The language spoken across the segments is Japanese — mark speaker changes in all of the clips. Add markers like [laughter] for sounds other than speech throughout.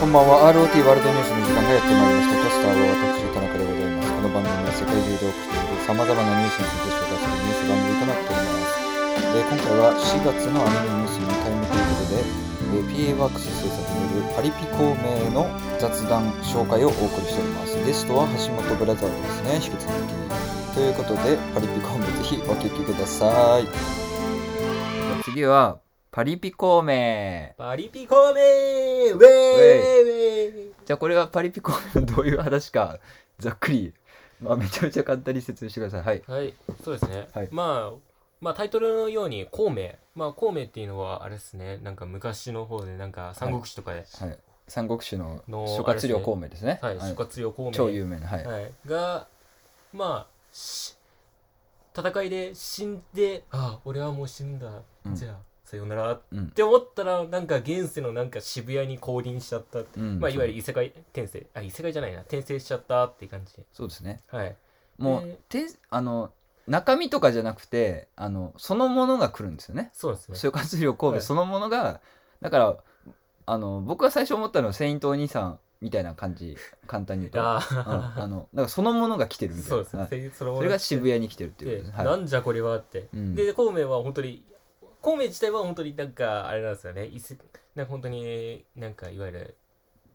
Speaker 1: こんばんは ROT ワールドニュースの時間がやってまいりましたキャスターは私田中でございますこの番組は世界中で起きている様々なニュースについて紹介するニュース番組となっておりますえー今回は4月のアニメニュースのタイムということでえー PA ワークス制作によるパリピ孔明の雑談紹介をお送りしておりますゲストは橋本ブラザーズですね引き続きということでパリピ孔明ぜひお聞きください
Speaker 2: 次はパリピ孔明
Speaker 3: パリピ孔明ウェーウェーウェー
Speaker 2: じゃあこれはパリピ孔明のどういう話かざっくり、まあ、めちゃめちゃ簡単に説明してくださいはい
Speaker 3: はい、そうですね。
Speaker 1: はい
Speaker 3: まあ、まあタイトルのように孔明。まあ孔明っていうのはあれですね。なんか昔の方でなんか三国志とかで、
Speaker 1: はい、三国志の
Speaker 3: の
Speaker 1: 諸葛亮孔明ですね。
Speaker 3: はい、諸葛亮孔明。
Speaker 1: 超有名な、はい。
Speaker 3: はい、が、まあ、し戦いで死んで、ああ、俺はもう死ぬんだ。
Speaker 1: うん
Speaker 3: じゃあ、さようならっ
Speaker 1: うん。
Speaker 3: て思ったら、なんか現世のなんか渋谷に降臨しちゃった。
Speaker 1: うん
Speaker 3: まあいわゆる異世界転生、あ、異世界じゃないな、転生しちゃったって感じで。
Speaker 1: そうですね。
Speaker 3: はい。
Speaker 1: も
Speaker 3: え
Speaker 1: う、てあの中身とかじゃなくてあのそのものが来るんですよね。
Speaker 3: そうですね。
Speaker 1: 諸葛亮孔
Speaker 3: は
Speaker 1: 明
Speaker 3: い
Speaker 1: そのものが、だからあの僕が最初思ったのは「セイントお兄さん」みたいな感じ簡単に言うと。うん
Speaker 3: あ
Speaker 1: あ
Speaker 3: あ、
Speaker 1: のだからそのものが来てるみたいな
Speaker 3: そうですね
Speaker 1: はい。
Speaker 3: せその
Speaker 1: それが渋谷に来てるっていうことで
Speaker 3: で
Speaker 1: す、
Speaker 3: な
Speaker 1: はい
Speaker 3: んじゃこれはって、
Speaker 1: うん
Speaker 3: で孔明は本当に孔明自体は本当になんかあれなんですよねいすなんか本当になんかいわゆる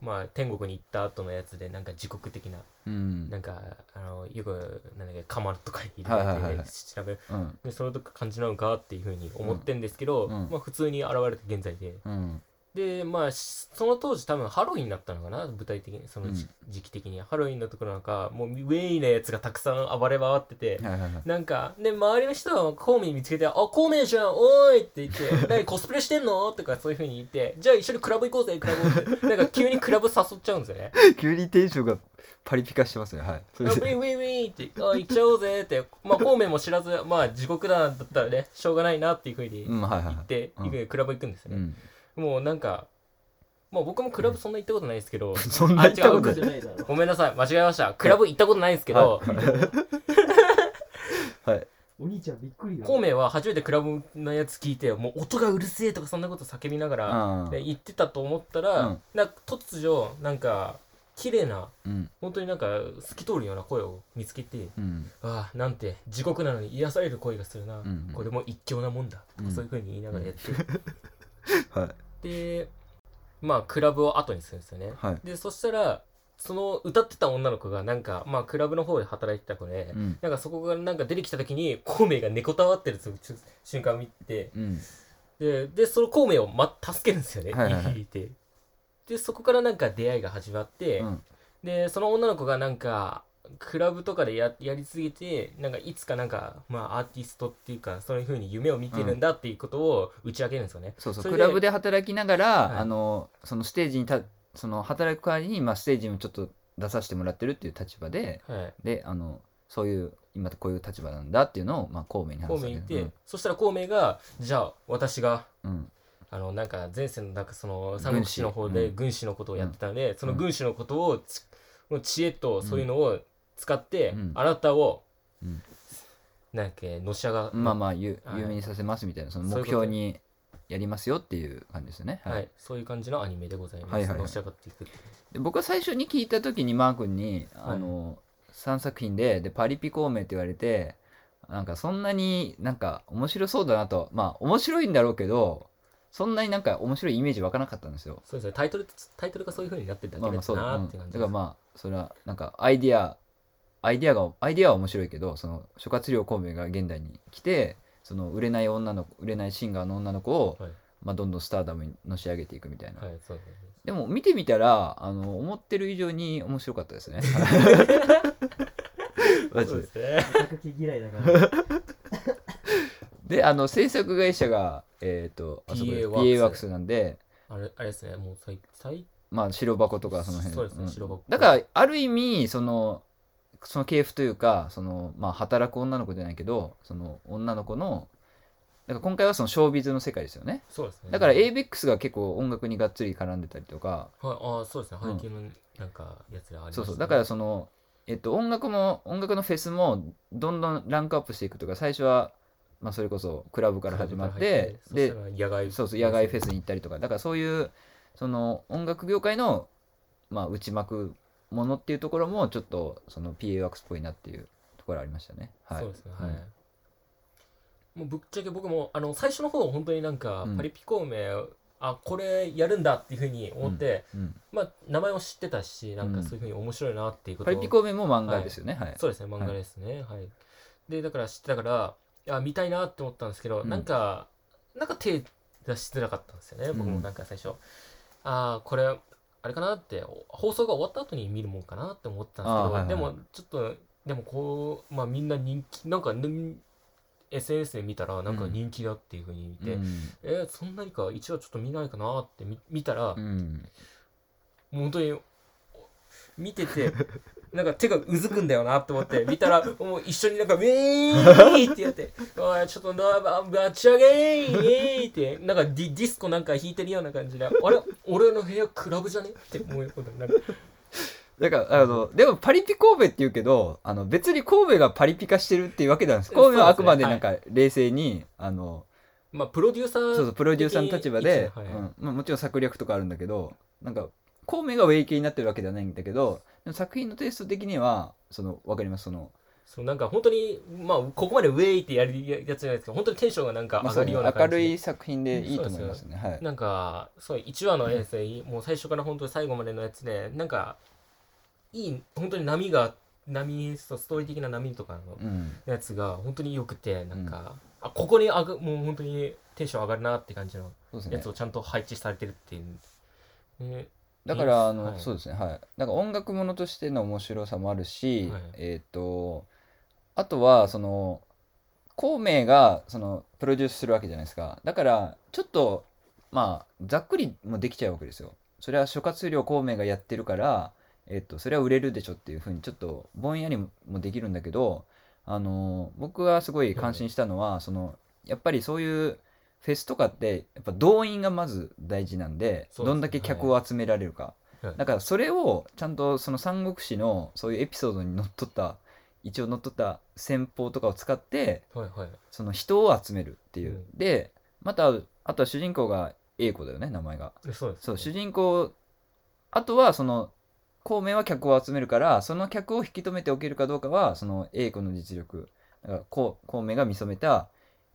Speaker 3: まあ天国に行った後のやつでなんか時刻的な
Speaker 1: うん
Speaker 3: なんかあのよくなんだっけ釜とかにいる
Speaker 1: はいはいはいはい
Speaker 3: 調べる
Speaker 1: うん
Speaker 3: でその時感じなのかっていうふうに思ってんですけど、
Speaker 1: うんうん
Speaker 3: まあ普通に現れて現在で
Speaker 1: うん
Speaker 3: でまあしその当時多分ハロウィンだったのかな舞台的にそのじ、
Speaker 1: うん
Speaker 3: 時期的にハロウィンのところなんかもうウェイなやつがたくさん暴れ回ってて、
Speaker 1: はいはいはい
Speaker 3: なんか、で、周りの人は孔明見つけて、あ、孔明じゃん、おーいって
Speaker 1: [laughs]
Speaker 3: 言って、何コスプレしてんのとかそういう風に言って、じゃあ一緒にクラブ行こうぜ、クラブって。なんか急にクラブ誘っちゃうんですよね。
Speaker 1: [laughs] 急にテンションがパリピ化してますねはいそ
Speaker 3: ウ
Speaker 1: れ
Speaker 3: ィ
Speaker 1: で
Speaker 3: ンウィンウィンって、あ、行っちゃおうぜって、まあ孔明も知らず、まあ地獄だだったらね、しょうがないなっていう風に
Speaker 1: うんはいはい
Speaker 3: 言
Speaker 1: は
Speaker 3: っ
Speaker 1: い
Speaker 3: て、
Speaker 1: うん
Speaker 3: 行くクラブ行くんですよ
Speaker 1: う
Speaker 3: ね。
Speaker 1: ん
Speaker 3: もうなんか、まあ僕もクラブそんな行ったことないですけど、
Speaker 1: [laughs] そんな言ったことない。
Speaker 3: ないごめんなさい、間違えました。クラブ行ったことないんですけど、
Speaker 1: [laughs] はい。
Speaker 4: お兄ちゃんびっくりだ。
Speaker 3: 孔明は初めてクラブのやつ聞いて、もう音がうるせえとかそんなこと叫びながら、
Speaker 1: あ
Speaker 3: で行ってたと思ったら、
Speaker 1: うん
Speaker 3: なんか突如なんか綺麗な
Speaker 1: うん。
Speaker 3: 本当になんか透き通るような声を見つけて
Speaker 1: うん。
Speaker 3: ああなんて地獄なのに癒される声がするな、
Speaker 1: うん
Speaker 3: これも一興なもんだとか、
Speaker 1: うん
Speaker 3: そういう風に言いながらやって、
Speaker 1: はい。
Speaker 3: でまあクラブを後にするんですよね、
Speaker 1: はい。
Speaker 3: でそしたらその歌ってた女の子がなんかまあクラブの方で働いてた子で、
Speaker 1: うん。
Speaker 3: なんかそこがなんか出てきた時に孔明が猫たわってる瞬間を見て、
Speaker 1: うん。
Speaker 3: ででその孔明を、ま、助けるんですよね、
Speaker 1: はいはいはい
Speaker 3: いてでそこからなんか出会いが始まって、
Speaker 1: うん
Speaker 3: でその女の子がなんかクラブとかでややりすぎてなんかいつかなんか、まあ、アーティストっていうかそういうふうに夢を見てるんだっていうことを打ち明けるんですよね、
Speaker 1: そうそう。
Speaker 3: そ
Speaker 1: ク
Speaker 3: れで
Speaker 1: ラブで働きながら、
Speaker 3: はい
Speaker 1: あの、そのステージにた、その働く代わりに、まあ、ステージにもちょっと出させてもらってるっていう立場で、
Speaker 3: はい
Speaker 1: で、あの、そういう、今こういう立場なんだっていうのを、まあ、孔明に話
Speaker 3: 孔明
Speaker 1: す
Speaker 3: 言
Speaker 1: わ
Speaker 3: っ
Speaker 1: け
Speaker 3: て、そしたら孔明がじゃあ私が
Speaker 1: うん。
Speaker 3: あのなんか前世のなんかその三国志の方
Speaker 1: 軍
Speaker 3: で
Speaker 1: 師
Speaker 3: 軍師のことをやってたので、その軍師のことをつの知恵とそういうのを使って、
Speaker 1: うん
Speaker 3: あなたを、
Speaker 1: うん
Speaker 3: なんだっけのし上が、
Speaker 1: うん。まあまあ、有
Speaker 3: はい
Speaker 1: 有名にさせますみたいな、その
Speaker 3: そ
Speaker 1: 目
Speaker 3: ういうこと
Speaker 1: 標にやりますよっていう感じですよね。
Speaker 3: はい、そういう感じのアニメでございます、
Speaker 1: はいはいはい
Speaker 3: のし上がっていく
Speaker 1: で僕は最初に聞いた時にマー君にあの、3作品でで「パリピ孔明」って言われてなんかそんなになんか面白そうだなとまあ面白いんだろうけどそんなになんか面白いイメージ湧かなかったんですよ。
Speaker 3: そうですねタイトルタイトルがそういう風になってるだ
Speaker 1: まあ
Speaker 3: け
Speaker 1: ま
Speaker 3: だ
Speaker 1: あそう
Speaker 3: な
Speaker 1: う
Speaker 3: ー
Speaker 1: ん
Speaker 3: って感
Speaker 1: だ
Speaker 3: じです
Speaker 1: からまあそれはなんかアイディアアイディアがアイディアは面白いけどその諸葛亮孔明が現代に来てその売れない女の子売れないシンガーの女の子を、
Speaker 3: はい
Speaker 1: まあ、どんどんスターダムにのし上げていくみたいな、
Speaker 3: はいそうですね
Speaker 1: でも見てみたらあの思ってる以上に面白かった
Speaker 3: [laughs]
Speaker 1: ですね。マジ
Speaker 3: そう
Speaker 1: で
Speaker 3: ですね
Speaker 4: 高木嫌いだから。
Speaker 1: であの制作会社が、えー、とあそこで
Speaker 3: PA ワークス
Speaker 1: PA ワークスなんで、
Speaker 3: あれあれですねもう最最
Speaker 1: まあ、白箱とかその辺
Speaker 3: そうですね
Speaker 1: ん
Speaker 3: 白箱
Speaker 1: だからある意味そのその系譜というかその、まあ、働く女の子じゃないけどその女の子のだから今回はそのショービズの世界ですよね
Speaker 3: そうですね
Speaker 1: だから
Speaker 3: はい
Speaker 1: ABEX が結構音楽にがっつり絡んでたりとか
Speaker 3: ああそうですね
Speaker 1: うん
Speaker 3: 背景のなんかやつがあります、
Speaker 1: そ
Speaker 3: ね
Speaker 1: うそうだからその、えっと、音楽も音楽のフェスもどんどんランクアップしていくとか最初は、まあ、それこそクラブから始まって
Speaker 3: で
Speaker 1: で
Speaker 3: 野外
Speaker 1: そうそう野外フェスに行ったりとかだからそういうその音楽業界の、まあ、内幕ものっていうところもちょっとその PA ワークスっぽいなっていうところありましたね。はい、
Speaker 3: そうですね、はい
Speaker 1: うん
Speaker 3: もうぶっちゃけ僕もあの最初の方本当になんか、
Speaker 1: うん
Speaker 3: パリピ孔明あこれやるんだっていうふうに思って、
Speaker 1: うん
Speaker 3: まあ名前を知ってたしなん
Speaker 1: う
Speaker 3: か
Speaker 1: ん
Speaker 3: そういうふうに面白いなっていうこと
Speaker 1: パリピ孔明も漫画ですよね。はい。
Speaker 3: そうですね漫画ですねはい、でだから知ってたからあ見たいなって思ったんですけど、
Speaker 1: うん
Speaker 3: なんかなんか手出しづらかったんですよね僕
Speaker 1: う
Speaker 3: も
Speaker 1: ん
Speaker 3: なんか最初、ああこれあれかなってお放送が終わった後に見るもんかなって思ってたんですけ
Speaker 1: あー
Speaker 3: ど、
Speaker 1: はいはい
Speaker 3: でもちょっとでもこうまあみんな人気なんかぬ SNS で見たらなんか人気だっていうふうに見て、
Speaker 1: うん
Speaker 3: えーそんなにか一応ちょっと見ないかなって見見たら、
Speaker 1: うん
Speaker 3: もう本当に見
Speaker 1: [laughs]
Speaker 3: ててなんか手がうずくんだよなと思って見たらもう一緒になんか「ウェーイ!」ってやって「おいちょっとなばばっち上げーイエーイ!」ってなんかディディスコなんか弾いてるような感じで「あれ俺の部屋クラブじゃね?」って思うことなんか
Speaker 1: だからあのでもパリピ神戸って言うけどあの別に神戸がパリピ化してるっていうわけなんです
Speaker 3: そう
Speaker 1: 神
Speaker 3: ですね
Speaker 1: 戸はあくまでなんか冷静にあの
Speaker 3: まあプロデューサー
Speaker 1: そうそうプロデューサーの立場で、
Speaker 3: はい
Speaker 1: うんまあ、もちろん策略とかあるんだけどなんか神戸がウェイ系になってるわけではないんだけどでも作品のテイスト的にはそのわかりますその
Speaker 3: そうなんか本当にまあここまで「ウェーイ!」ってやるややつじゃないですけど本当にテンションがなんか
Speaker 1: まあ
Speaker 3: 上がるような
Speaker 1: そうね
Speaker 3: 感
Speaker 1: 明
Speaker 3: じ
Speaker 1: る
Speaker 3: で
Speaker 1: い作品でいいと思いますね。はい。
Speaker 3: なんかそう1話のやつで、もう最初から本当に最後までのやつでなんかいい本当に波が波そうストーリー的な波とかの
Speaker 1: うん。
Speaker 3: やつが本当によくてなんか、あここにあがもう本当にテンション上がるなって感じの
Speaker 1: そうです
Speaker 3: や
Speaker 1: ね
Speaker 3: つ。をちゃんと配置されてるっていう、ね
Speaker 1: だからあの、
Speaker 3: はい
Speaker 1: そうですねはいなんか音楽ものとしての面白さもあるし、
Speaker 3: はい
Speaker 1: えっ、とあとはその孔明がそのプロデュースするわけじゃないですかだからちょっとまあざっくりもできちゃうわけですよそれは諸葛亮孔明がやってるからえっ、とそれは売れるでしょっていうふうにちょっとぼんやりもできるんだけどあの僕がすごい感心したのは、そのやっぱりそういうフェスとかってやっぱ動員がまず大事なんで
Speaker 3: そうですね
Speaker 1: どんだけ客を集められるか、
Speaker 3: はい
Speaker 1: だからそれをちゃんとその三国志のそういうエピソードにのっとった一応のっとった戦法とかを使って
Speaker 3: はいはい
Speaker 1: その人を集めるっていう、
Speaker 3: うん
Speaker 1: でまたあとは主人公が英子だよね名前が
Speaker 3: でそうです、
Speaker 1: そう主
Speaker 3: 人
Speaker 1: 人公あとはその孔明は客を集めるからその客を引き止めておけるかどうかはその英子の実力だから孔孔明が見初めた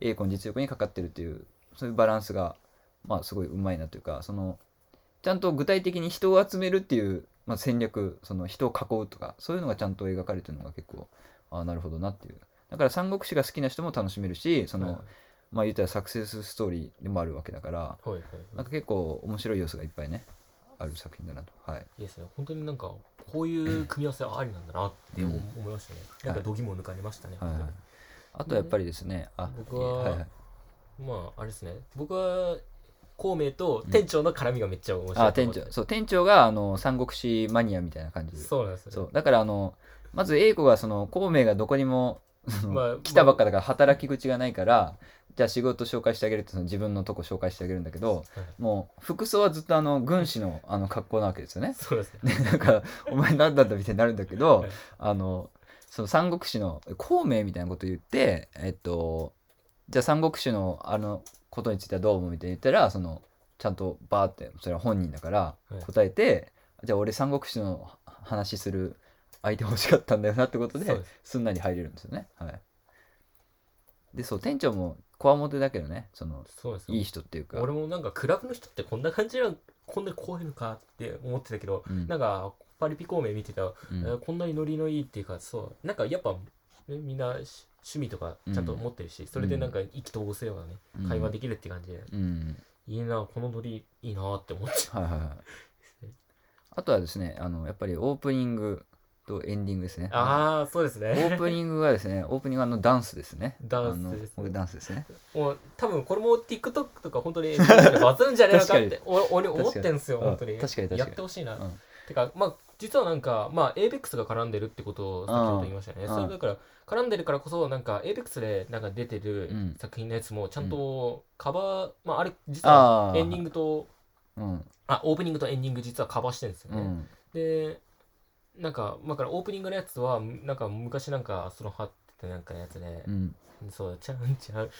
Speaker 1: 英子の実力にかかってるっていうそういうバランスがまあすごいうまいなというかそのちゃんと具体的に人を集めるっていう、まあ、戦略その人を囲うとかそういうのがちゃんと描かれてるのが結構ああなるほどなっていうだから三国志が好きな人も楽しめるしその、
Speaker 3: は
Speaker 1: まあ言ったらサクセスストーリーでもあるわけだから
Speaker 3: いはい
Speaker 1: なんか結構面白い要素がいっぱいねある作品だなとはい
Speaker 3: いいですね本当になんかこういう組み合わせありなんだなって思,、
Speaker 1: うん
Speaker 3: 思いましたねなんか度肝を抜かれましたね、
Speaker 1: はいはい
Speaker 3: 本当に
Speaker 1: あとはやっぱりですねあ
Speaker 3: 僕はい
Speaker 1: い
Speaker 3: まああれですね僕は孔明と店長の絡みがめっちゃ面白い
Speaker 1: あ
Speaker 3: と
Speaker 1: 店
Speaker 3: 思って、
Speaker 1: 長そう店長があの三国志マニアみたいな感じで
Speaker 3: そうなんですよ、ね、
Speaker 1: そうだからあのまず英子がその孔明がどこにもその
Speaker 3: まあ
Speaker 1: 来たばっかだから働き口がないからじゃあ仕事紹介してあげるってその自分のとこ紹介してあげるんだけどもう服装はずっとあの軍師のあの格好なわけですよね
Speaker 3: そうですね
Speaker 1: でなんか「お前何なんだ?」みたいになるんだけど、
Speaker 3: はい
Speaker 1: あのその三国志の孔明みたいなこと言ってえっとじゃあ三国志のあのことについてはどう思うみたいに言ったらそのちゃんとバーってそれは本人だから
Speaker 3: はい
Speaker 1: 答えて、じゃあ俺三国志の話する相手欲しかったんだよなってこと
Speaker 3: そう
Speaker 1: で
Speaker 3: です
Speaker 1: すんなり入れるんですよね。はい、でそう店長もこわもてだけどねその
Speaker 3: そうですよ
Speaker 1: いい人っていうか。
Speaker 3: 俺もなんかクラブの人ってこんな感じなこんなに怖いのかって思ってたけど、
Speaker 1: うん
Speaker 3: なんかパリピ孔明見てたら、
Speaker 1: うん
Speaker 3: えーこんなにノリのいいっていうかそうなんかやっぱ、ね、みんなし趣味とかちゃんと持ってるし、それでなんか意気投合せようがね、
Speaker 1: うん
Speaker 3: 会話できるって感じで
Speaker 1: うん
Speaker 3: いいなこのノリいいなって思っちゃ
Speaker 1: はいはいはい。あとはですね、あのやっぱりオープニングとエンディングですね。
Speaker 3: うああそうです
Speaker 1: オー
Speaker 3: ね
Speaker 1: プニングがですね、オープニングはあのダンスですね。
Speaker 3: ダンスです
Speaker 1: あの僕ダンスですね。
Speaker 3: もう多分これも TikTok とか本当にバズるんじゃねえのかっ
Speaker 1: 確
Speaker 3: てお俺思ってんすよ
Speaker 1: 確かに
Speaker 3: 本当に
Speaker 1: うん確かに確かに
Speaker 3: やってほしいな
Speaker 1: うん
Speaker 3: てかまあ実はなんかまあ ABEX が絡んでるってことを先ほど言いましたよね
Speaker 1: うん
Speaker 3: それだから絡んでるからこそなんか ABEX でなんか出てる
Speaker 1: うん
Speaker 3: 作品のやつもちゃんとカバー、まああれ実
Speaker 1: あ
Speaker 3: は
Speaker 1: ー
Speaker 3: エンディングと
Speaker 1: うん
Speaker 3: あオープニングとエンディング実はカバーしてるんですよ
Speaker 1: う
Speaker 3: ね、
Speaker 1: ん
Speaker 3: でなんかまあだからオープニングのやつはなんか昔なんかその貼ってたなんかやつで
Speaker 1: う、ん
Speaker 3: そうちゃうんちゃう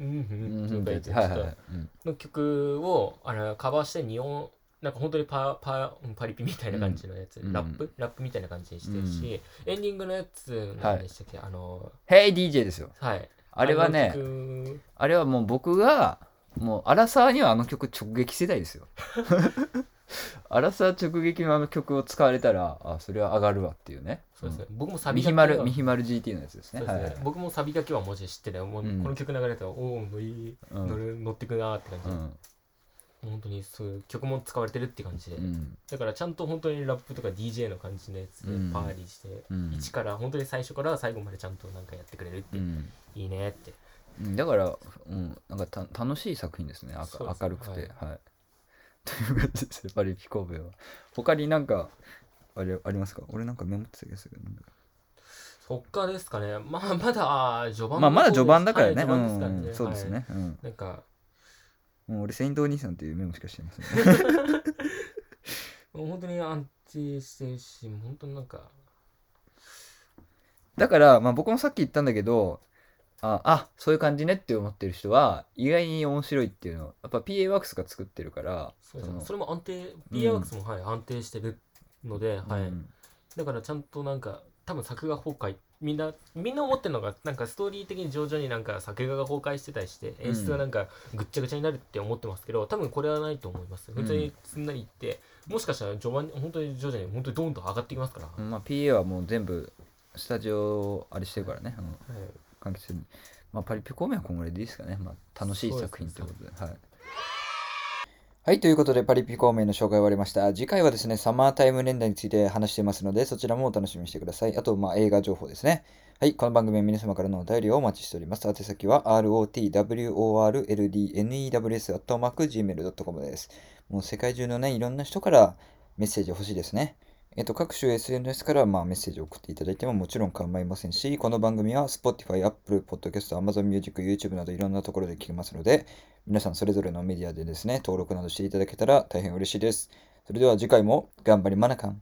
Speaker 3: うんう
Speaker 1: うんん
Speaker 3: とか言ってちょ
Speaker 1: はい
Speaker 3: っ
Speaker 1: はいは
Speaker 3: と
Speaker 1: いうん
Speaker 3: の曲をあのカバーして日本なんか本当にパパうんパリピみたいな感じのやつ、
Speaker 1: うん
Speaker 3: ラップラップみたいな感じにしてるし、エンディングのやつ何でしたっけ、あの
Speaker 1: HeyDJ ですよ。
Speaker 3: はい
Speaker 1: あれはね
Speaker 3: あ、の曲
Speaker 1: あれはもう僕が、もう、アラサーにはあの曲直撃世代です
Speaker 3: [laughs]
Speaker 1: よ。アラサー直撃のあの曲を使われたら、あ、それは上がるわっていうね。
Speaker 3: そうですね、僕も
Speaker 1: う
Speaker 3: サ
Speaker 1: ん
Speaker 3: ビ
Speaker 1: ミ
Speaker 3: だ
Speaker 1: ヒ
Speaker 3: け
Speaker 1: マ
Speaker 3: は
Speaker 1: ル、ミヒマル GT のやつです
Speaker 3: そ
Speaker 1: ね。
Speaker 3: うですね
Speaker 1: はいはい
Speaker 3: 僕もサビだけは文字知っててもう
Speaker 1: うん
Speaker 3: この曲流れたら、おおもういい、
Speaker 1: うん
Speaker 3: 乗る乗ってくなーって感じ
Speaker 1: う
Speaker 3: で、
Speaker 1: ん。
Speaker 3: 本当にそういう曲も使われてるって感じで、
Speaker 1: うん。
Speaker 3: だからちゃんと本当にラップとか DJ の感じのやつで
Speaker 1: うん
Speaker 3: パーリーして、
Speaker 1: うん
Speaker 3: 一から本当に最初から最後までちゃんとなんかやってくれるって、
Speaker 1: うん
Speaker 3: いいねって
Speaker 1: うん。だから、うん、なんかた楽しい作品ですね。あか
Speaker 3: そうですね
Speaker 1: 明るくて。はい。 [laughs] という感じです、やっぱりピコーベは。他になんか、あれ、ありますか俺なんかメモってた気がするけど。
Speaker 3: そっかですかねまあ [laughs] まだあー序盤
Speaker 1: まあ、まだ
Speaker 3: の方です
Speaker 1: 序盤だからね。
Speaker 3: はい序盤ですからね、
Speaker 1: うんうんそうです
Speaker 3: はい
Speaker 1: ね。うん。
Speaker 3: なんか
Speaker 1: もう俺、セイントお兄さんっていうメモしかしてません。
Speaker 3: もう本当に安定してるしもう本当になんか
Speaker 1: [laughs] だから、まあ、僕もさっき言ったんだけどああそういう感じねって思ってる人は意外に面白いっていうのやっぱ PA ワークスが作ってるから
Speaker 3: そうですね
Speaker 1: の
Speaker 3: それも安定 p r ワークスも、はい安定してるので、はい
Speaker 1: うん
Speaker 3: だからちゃんとなんか多分作画崩壊みんなみんな思ってるのがなんかストーリー的に徐々になんか作画が崩壊してたりして演出がなんかぐっちゃぐちゃになるって思ってますけど、多分これはないと思います普通にすんなりいって、もしかしたら序盤に本当に徐々に本当にドーンと上がってきますから、
Speaker 1: まあ、PA はもう全部スタジオをあれしてるからね、うん、
Speaker 3: はい
Speaker 1: 完結するまあ、パリピコーメはこんぐらいでいいですかね、まあ、楽しい作品ということではい
Speaker 5: はい、ということで、パリピ孔明の紹介終わりました。次回はですね、サマータイム連打について話していますので、そちらもお楽しみにしてください。あと、まあ、映画情報ですね。はい、この番組は皆様からのお便りをお待ちしております。宛先は rotworldnews.gmail.com です。もう世界中のね、いろんな人からメッセージ欲しいですね。えっと、各種 SNS からまあメッセージを送っていただいてももちろん構いませんし、この番組は Spotify、Apple、Podcast、Amazon Music、YouTube などいろんなところで聞けますので、皆さんそれぞれのメディアでですね、登録などしていただけたら大変嬉しいです。それでは次回も頑張りマナカン。